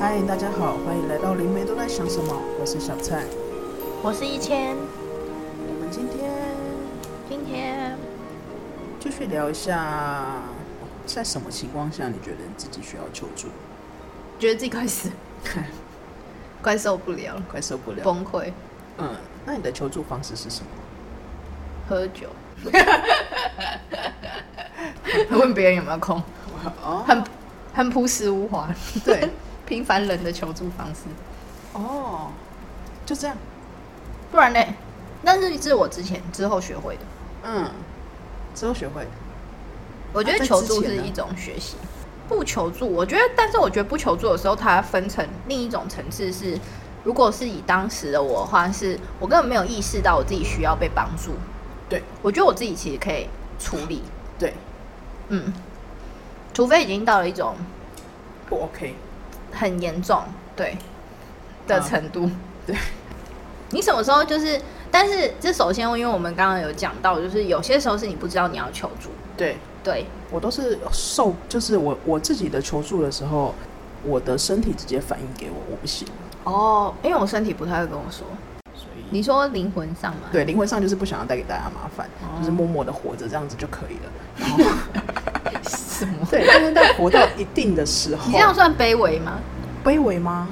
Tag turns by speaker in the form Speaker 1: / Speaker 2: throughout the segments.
Speaker 1: 嗨，大家好，欢迎来到灵媒都在想什么，我是小蔡。
Speaker 2: 我是一千，
Speaker 1: 我们今天
Speaker 2: 今天
Speaker 1: 继续聊一下，在什么情况下你觉得你自己需要求助？
Speaker 2: 觉得自己快 死，快受不了了，
Speaker 1: 快受不了。
Speaker 2: 崩溃，
Speaker 1: 嗯，那你的求助方式是什么？
Speaker 2: 喝 酒，问别人有没有空，
Speaker 1: 哦，
Speaker 2: 很很朴实无华，
Speaker 1: 对，
Speaker 2: 平凡人的求助方式。
Speaker 1: 哦，就这样。
Speaker 2: 不然呢？但是是我之前之后学会的。
Speaker 1: 嗯，之后学会。
Speaker 2: 我觉
Speaker 1: 啊
Speaker 2: 得
Speaker 1: 在
Speaker 2: 求
Speaker 1: 之
Speaker 2: 助
Speaker 1: 前
Speaker 2: 是
Speaker 1: 呢
Speaker 2: 一种学习，不求助，我觉得，但是我觉得不求助的时候，它分成另一种层次是，如果是以当时的我的话，是我根本没有意识到我自己需要被帮助。
Speaker 1: 对，
Speaker 2: 我觉得我自己其实可以处理，
Speaker 1: 对，
Speaker 2: 嗯，除非已经到了一种
Speaker 1: 不 OK。
Speaker 2: 很严重对的
Speaker 1: 嗯
Speaker 2: 程度。
Speaker 1: 对，
Speaker 2: 你什么时候就是？但是这首先，因为我们刚刚有讲到，就是有些时候是你不知道你要求助，
Speaker 1: 对
Speaker 2: 对，
Speaker 1: 我都是受，就是我我自己的求助的时候，我的身体直接反应给我，我不行，
Speaker 2: 哦，因为我身体不太会跟我说。
Speaker 1: 所以
Speaker 2: 你说灵魂上吗？
Speaker 1: 对，灵魂上就是不想要带给大家麻烦，就是默默的活着这样子就可以了。然后
Speaker 2: 什么？
Speaker 1: 对，但是在活到一定的时候，
Speaker 2: 你这样算卑微吗？
Speaker 1: 卑微吗？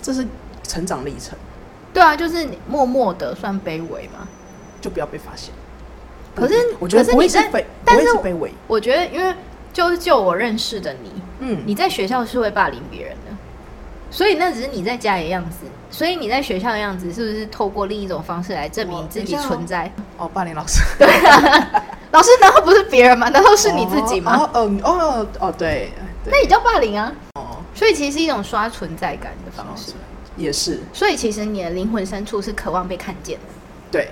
Speaker 1: 这是成长历程，
Speaker 2: 对啊，就是你默默的算卑微吗？
Speaker 1: 就不要被发现。嗯
Speaker 2: 可是
Speaker 1: 我觉
Speaker 2: 可
Speaker 1: 得
Speaker 2: 是
Speaker 1: 不会
Speaker 2: 你
Speaker 1: 是
Speaker 2: 在
Speaker 1: 卑，不
Speaker 2: 但
Speaker 1: 会
Speaker 2: 是
Speaker 1: 是
Speaker 2: 我
Speaker 1: 卑微。
Speaker 2: 我觉得，因为就是就我认识的你，
Speaker 1: 嗯，
Speaker 2: 你在学校是会霸凌别人的，所以那只是你在家里的样子。所以你在学校的样子，是不是透过另一种方式来证明
Speaker 1: 我
Speaker 2: 你自己
Speaker 1: 等一下哦
Speaker 2: 存在？
Speaker 1: 哦，霸凌老师
Speaker 2: 老师，难道不是别人吗？难道是你自己吗？
Speaker 1: 哦，哦嗯，哦，哦，对，
Speaker 2: 那
Speaker 1: 对，
Speaker 2: 也叫霸凌啊！
Speaker 1: 哦，
Speaker 2: 所以其实是一种刷存在感的方式。
Speaker 1: 也是
Speaker 2: 所以其实你的灵魂深处是渴望被看见的。
Speaker 1: 对。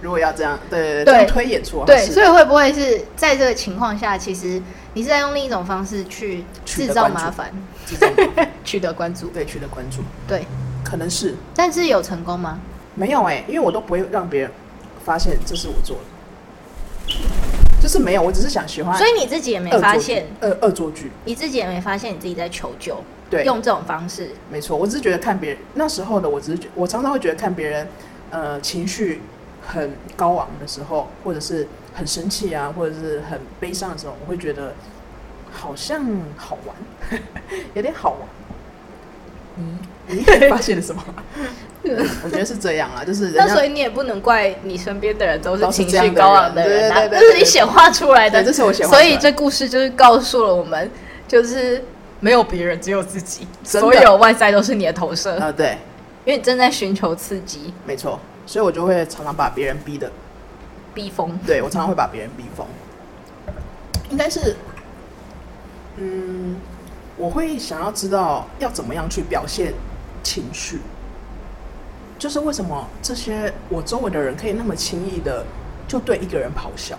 Speaker 1: 如果要这样，对对
Speaker 2: 对
Speaker 1: 这样推演出来
Speaker 2: 对，
Speaker 1: 是
Speaker 2: 所以会不会是在这个情况下，其实你是在用另一种方式去
Speaker 1: 取
Speaker 2: 制
Speaker 1: 得
Speaker 2: 造
Speaker 1: 关注
Speaker 2: 麻烦，
Speaker 1: 这种
Speaker 2: 取得关注？
Speaker 1: 对取得关注，
Speaker 2: 对，
Speaker 1: 可能是
Speaker 2: 但是有成功吗？
Speaker 1: 没有哎、因为我都不会让别人发现这是我做的，就是没有，我只是想喜欢恶
Speaker 2: 所
Speaker 1: 作
Speaker 2: 以你自己也
Speaker 1: 剧。
Speaker 2: 没发现，
Speaker 1: 恶恶作剧，
Speaker 2: 你自己也没发现你自己在求救，
Speaker 1: 对，
Speaker 2: 用这种 方式，
Speaker 1: 没错，我只是觉得看别人那时候的，我只是觉我常常会觉得看别人，呃，情绪很高昂的时候，或者是很生气啊，或者是很悲伤的时候，我会觉得好像好玩， 有点好玩。 你发现了什么？我觉得是这样啦，就是人
Speaker 2: 那所
Speaker 1: 家
Speaker 2: 以你也不能怪你身边的人都是
Speaker 1: 都是
Speaker 2: 情
Speaker 1: 这
Speaker 2: 绪
Speaker 1: 样的
Speaker 2: 高昂
Speaker 1: 人
Speaker 2: 的人啊，
Speaker 1: 对对对对
Speaker 2: 这是
Speaker 1: 对
Speaker 2: 你显化出来的
Speaker 1: 对，这是我显化出
Speaker 2: 所
Speaker 1: 来的
Speaker 2: 以这故事就是告诉了我们，就是没有别人，只有自己，
Speaker 1: 真的
Speaker 2: 所有外在都是你的投射，
Speaker 1: 呃，对，
Speaker 2: 因为你正在寻求刺激，
Speaker 1: 没错，所以我就会常常把别人逼的，
Speaker 2: 逼疯。
Speaker 1: 对我常常会把别人逼疯。应该是，嗯，我会想要知道要怎么样去表现情绪，就是为什么这些我周围的人可以那么轻易的就对一个人咆哮，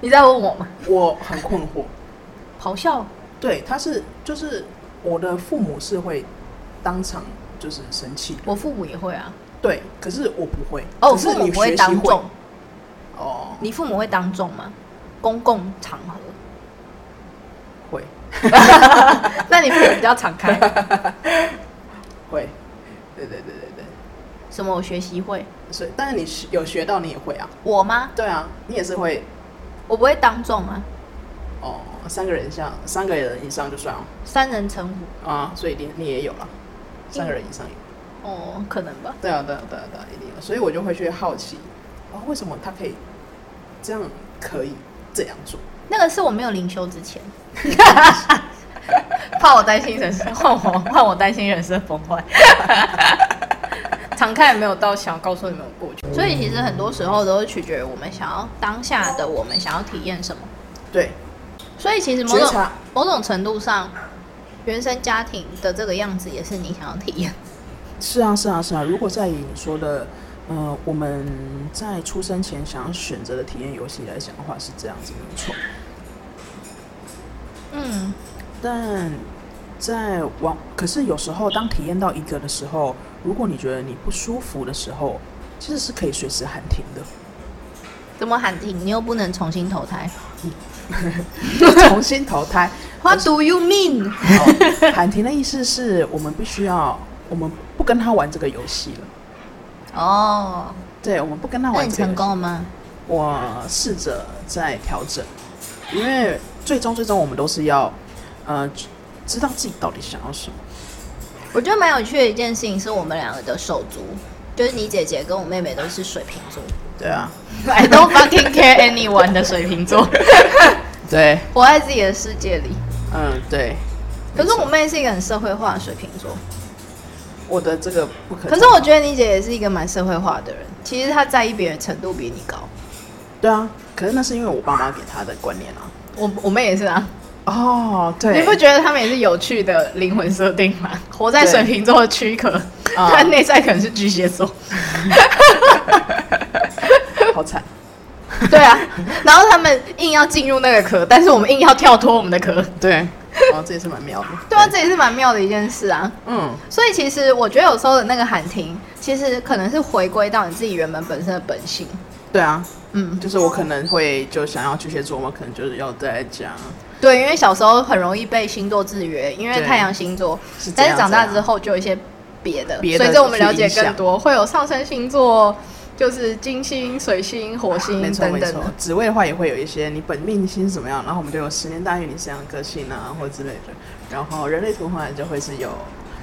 Speaker 2: 你在问我吗？
Speaker 1: 我很困惑。
Speaker 2: 咆哮
Speaker 1: 对，他是就是我的父母是会当场就是生气的，
Speaker 2: 我父母也会啊。
Speaker 1: 对，可是我不会。
Speaker 2: 哦，我
Speaker 1: 可是
Speaker 2: 父母
Speaker 1: 你
Speaker 2: 不会
Speaker 1: 学习
Speaker 2: 当众，
Speaker 1: 哦，
Speaker 2: 你父母会当众吗？公共场合？
Speaker 1: 会
Speaker 2: 那你父母比较敞开。
Speaker 1: 会，对对对对对。
Speaker 2: 什么？我学习会？
Speaker 1: 所以，但是你学有学到，你也会啊。
Speaker 2: 我吗？
Speaker 1: 对啊，你也是会
Speaker 2: 我不会当众啊，
Speaker 1: 哦。三个人以上，三个人以上就算哦。
Speaker 2: 三人成虎。
Speaker 1: 啊，所以你你也有了，三个人以上有。
Speaker 2: 哦，可能吧。
Speaker 1: 对啊，对啊，对啊，对啊，一定有。所以我就会去好奇，哦，为什么他可以这样，可以这样做？
Speaker 2: 那个是我没有灵修之前， 怕我担心 人生，换我换我担心人生崩坏。 敞开也没有到想要告诉你们我过去，所以其实很多时候都是取决于我们想要当下的我们想要体验什么。
Speaker 1: 对，
Speaker 2: 所以其实某
Speaker 1: 觉
Speaker 2: 种
Speaker 1: 察，
Speaker 2: 某种程度上，原生家庭的这个样子也是你想要体验。
Speaker 1: 是啊，是啊，是啊。如果在以你说的，呃，我们在出生前想要选择的体验游戏来讲的话，是这样子，没有错。
Speaker 2: 嗯，
Speaker 1: 但在往，可是有时候当体验到一个的时候，如果你觉得你不舒服的时候，其实是可以随时喊停的。
Speaker 2: 怎么喊停？你又不能重新投胎。
Speaker 1: 重新投胎。
Speaker 2: What do you mean？
Speaker 1: 好，喊停的意思是我们必须要，我们不跟他玩这个游戏了。
Speaker 2: 哦，
Speaker 1: 对，我们不跟他
Speaker 2: 那
Speaker 1: 玩
Speaker 2: 你
Speaker 1: 这个游
Speaker 2: 成
Speaker 1: 戏。
Speaker 2: 功了吗？
Speaker 1: 我试着在调整，因为最终最终我们都是要，呃，知知道自己到底想要什么。
Speaker 2: 我觉得蛮有趣的一件事情是我们两个的手足，就是你姐姐跟我妹妹都是水瓶座。
Speaker 1: 对啊，
Speaker 2: I don't fucking care anyone 的水瓶 座，
Speaker 1: 对，
Speaker 2: 活在自己的世界里。
Speaker 1: 嗯，对。
Speaker 2: 可是我妹是一个很社会化的水瓶座，
Speaker 1: 我的这个不可。
Speaker 2: 可是我觉得你姐也是一个蛮社会化的人。其实她在意别人程度比你高，
Speaker 1: 对啊，可是那是因为我爸妈给他的观念啊。
Speaker 2: 我我妹也是啊。
Speaker 1: 哦，对，
Speaker 2: 你不觉得他们也是有趣的灵魂设定吗？活在
Speaker 1: 对
Speaker 2: 水瓶座的躯壳，
Speaker 1: 啊
Speaker 2: 但内在可能是巨蟹 座。
Speaker 1: 好惨？
Speaker 2: 对啊，然后他们硬要进入那个壳，但是我们硬要跳脱我们的壳。
Speaker 1: 对，哦，这也是蛮妙的。
Speaker 2: 对啊，这也是蛮妙的一件事啊。
Speaker 1: 嗯，
Speaker 2: 所以其实我觉得有时候的那个喊停，其实可能是回归到你自己原本本身的本性。
Speaker 1: 对啊，
Speaker 2: 嗯，
Speaker 1: 就是我可能会就想要巨蟹座嘛，可能就是要再讲
Speaker 2: 对，因为小时候很容易被星座制约，因为
Speaker 1: 对
Speaker 2: 太阳星座，
Speaker 1: 是怎
Speaker 2: 但
Speaker 1: 样
Speaker 2: 是长大之
Speaker 1: 怎样
Speaker 2: 后就有一些别的，
Speaker 1: 别的
Speaker 2: 随着我们了解
Speaker 1: 去影
Speaker 2: 更
Speaker 1: 响
Speaker 2: 多，会有上升星座，就是金星、水星、火星
Speaker 1: 啊没错
Speaker 2: 嗯等
Speaker 1: 没
Speaker 2: 等
Speaker 1: 错
Speaker 2: 的。，
Speaker 1: 职位的话也会有一些你本命星是怎么样，然后我们就有十年大运你是怎样的个性啊，或之类的。然后人类图环就会是有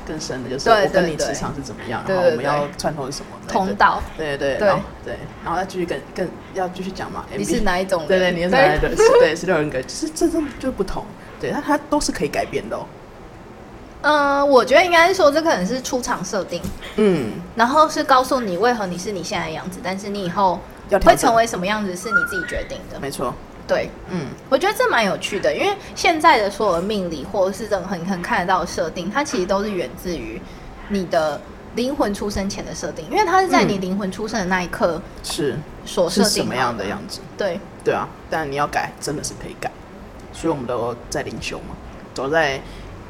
Speaker 1: 更深的，就是
Speaker 2: 对
Speaker 1: 我跟
Speaker 2: 对
Speaker 1: 你
Speaker 2: 对
Speaker 1: 磁场是怎么样，
Speaker 2: 对
Speaker 1: 然后我
Speaker 2: 对
Speaker 1: 们要串通是什么之类的
Speaker 2: 通。道，
Speaker 1: 对对
Speaker 2: 对
Speaker 1: 对然后对，然后再继续更更要继续讲嘛。
Speaker 2: 你是
Speaker 1: MBTI
Speaker 2: 哪一种人？
Speaker 1: 对对，你是哪来的？是对，十六人格，就是这真的就不同。对，那它都是可以改变的哦。
Speaker 2: 嗯、我觉得应该是说这可能是出场设定，
Speaker 1: 嗯，
Speaker 2: 然后是告诉你为何你是你现在的样子，但是你以后
Speaker 1: 要调
Speaker 2: 会
Speaker 1: 整
Speaker 2: 成为什么样子是你自己决定的。
Speaker 1: 没错。
Speaker 2: 对，
Speaker 1: 嗯，
Speaker 2: 我觉得这蛮有趣的，因为现在的所有的命理或者是这种很很看得到的设定，它其实都是源自于你的灵魂出生前的设定，因为它是在你
Speaker 1: 嗯
Speaker 2: 灵魂出生的那一刻
Speaker 1: 是
Speaker 2: 所设
Speaker 1: 是
Speaker 2: 定
Speaker 1: 什么
Speaker 2: 好
Speaker 1: 样的样子？
Speaker 2: 对，
Speaker 1: 对啊，但你要改，真的是可以改。所以我们都在灵修嘛，走在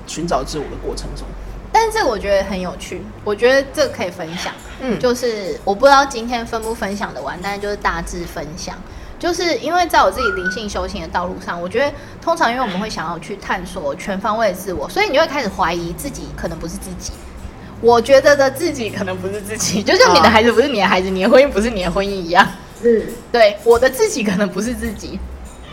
Speaker 1: 寻找自我的过程中。
Speaker 2: 但是我觉得很有趣，我觉得这个可以分享。
Speaker 1: 嗯
Speaker 2: 就是我不知道今天分不分享的完，但是就是大致分享。就是因为在我自己灵性修行的道路上，我觉得通常因为我们会想要去探索全方位的自我，所以你就会开始怀疑自己可能不是自己。我觉得的自己可能不是自己，就像你的
Speaker 1: 啊
Speaker 2: 孩子不是你的孩子，你的婚姻不是你的婚姻一样。
Speaker 1: 嗯
Speaker 2: 对，我的自己可能不是自己。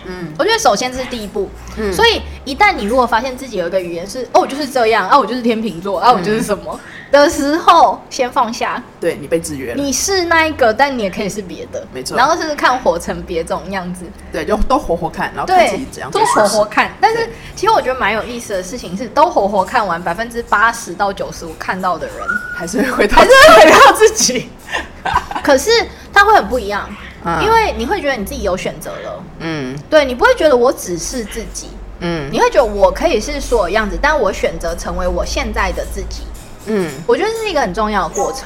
Speaker 1: 嗯
Speaker 2: 我觉得首先这是第一步，
Speaker 1: 嗯
Speaker 2: 所以一旦你如果发现自己有一个语言是哦，我就是这样啊，我就是天秤座啊，我就是什么、的时候，先放下，
Speaker 1: 对你被制约了，
Speaker 2: 你是那一个，但你也可以是别的，
Speaker 1: 没错
Speaker 2: 然后是看活成别种样子，
Speaker 1: 对，就都活活看，然后哦看自
Speaker 2: 对
Speaker 1: 己怎样，
Speaker 2: 多活活
Speaker 1: 看。
Speaker 2: 看。但是
Speaker 1: 对
Speaker 2: 其实我觉得蛮有意思的事情是，都活活看完百分之八十到九十，我看到 的人
Speaker 1: 还是会回到
Speaker 2: 还是会回到自己，可是他会很不一样，
Speaker 1: 嗯
Speaker 2: 因为你会觉得你自己有选择了，
Speaker 1: 嗯
Speaker 2: 对你不会觉得我只是自己，
Speaker 1: 嗯
Speaker 2: 你会觉得我可以是所有样子，但我选择成为我现在的自己。
Speaker 1: 嗯，
Speaker 2: 我觉得这是一个很重要的过程，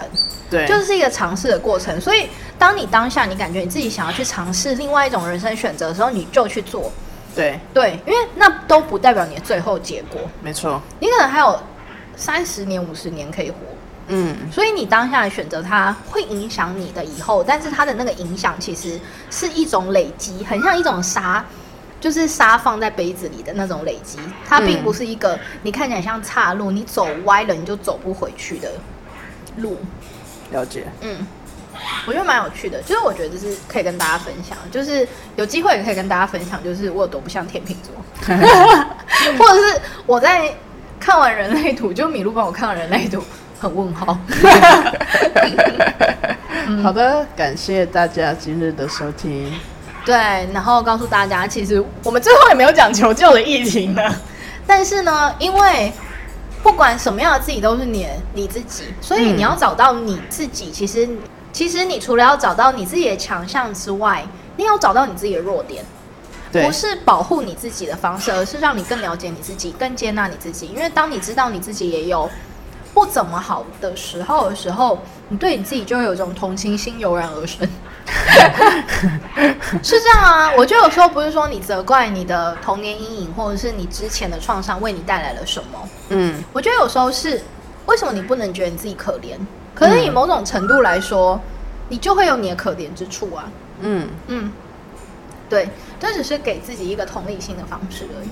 Speaker 1: 对，
Speaker 2: 就是一个尝试的过程。所以，当你当下你感觉你自己想要去尝试另外一种人生选择的时候，你就去做。
Speaker 1: 对，
Speaker 2: 对，因为那都不代表你的最后结果，
Speaker 1: 没错。
Speaker 2: 你可能还有三十年、五十年可以活。
Speaker 1: 嗯，
Speaker 2: 所以你当下的选择它会影响你的以后，但是它的那个影响其实是一种累积，很像一种沙，就是沙放在杯子里的那种累积，它并不是一个你看起来像岔路，你走歪了你就走不回去的路。
Speaker 1: 了解。
Speaker 2: 嗯，我觉得蛮有趣的，就是我觉得这是可以跟大家分享，就是有机会也可以跟大家分享，就是我有多不像天秤座， 或者是我在看完人类图，就米露帮我看完人类图，很问号。
Speaker 1: 好的，感谢大家今日的收听。
Speaker 2: 对，然后告诉大家，其实我们最后也没有讲求救的疫情呢。 但是呢，因为不管什么样的自己都是你你自己，所以
Speaker 1: 嗯
Speaker 2: 你要找到你自己。其实，其实你除了要找到你自己的强项之外，你要找到你自己的弱点，
Speaker 1: 对
Speaker 2: 不，是保护你自己的方式，而是让你更了解你自己，更接纳你自己。因为当你知道你自己也有不怎么好的时候的时候，你对你自己就会有一种同情心油然而生。是这样啊，我觉得有时候不是说你责怪你的童年阴影，或者是你之前的创伤为你带来了什么，
Speaker 1: 嗯，
Speaker 2: 我觉得有时候是为什么你不能觉得你自己可怜？可是以某种程度来说，你就会有你的可怜之处啊。
Speaker 1: 嗯
Speaker 2: 嗯，对，这只是给自己一个同理心的方式而已。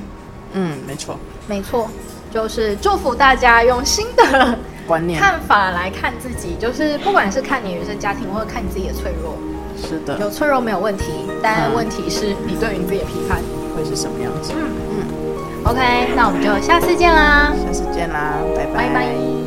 Speaker 1: 嗯，没错，
Speaker 2: 没错，就是祝福大家用新的
Speaker 1: 观念
Speaker 2: 看法来看自己，就是不管是看你原生家庭，或者看你自己的脆弱，
Speaker 1: 是的，
Speaker 2: 有脆弱没有问题，但
Speaker 1: 嗯
Speaker 2: 问题是你对于你自己的批判。
Speaker 1: 会是什么样子？
Speaker 2: 嗯嗯，OK，那我们就下次见啦，
Speaker 1: 下次见啦，拜
Speaker 2: 拜拜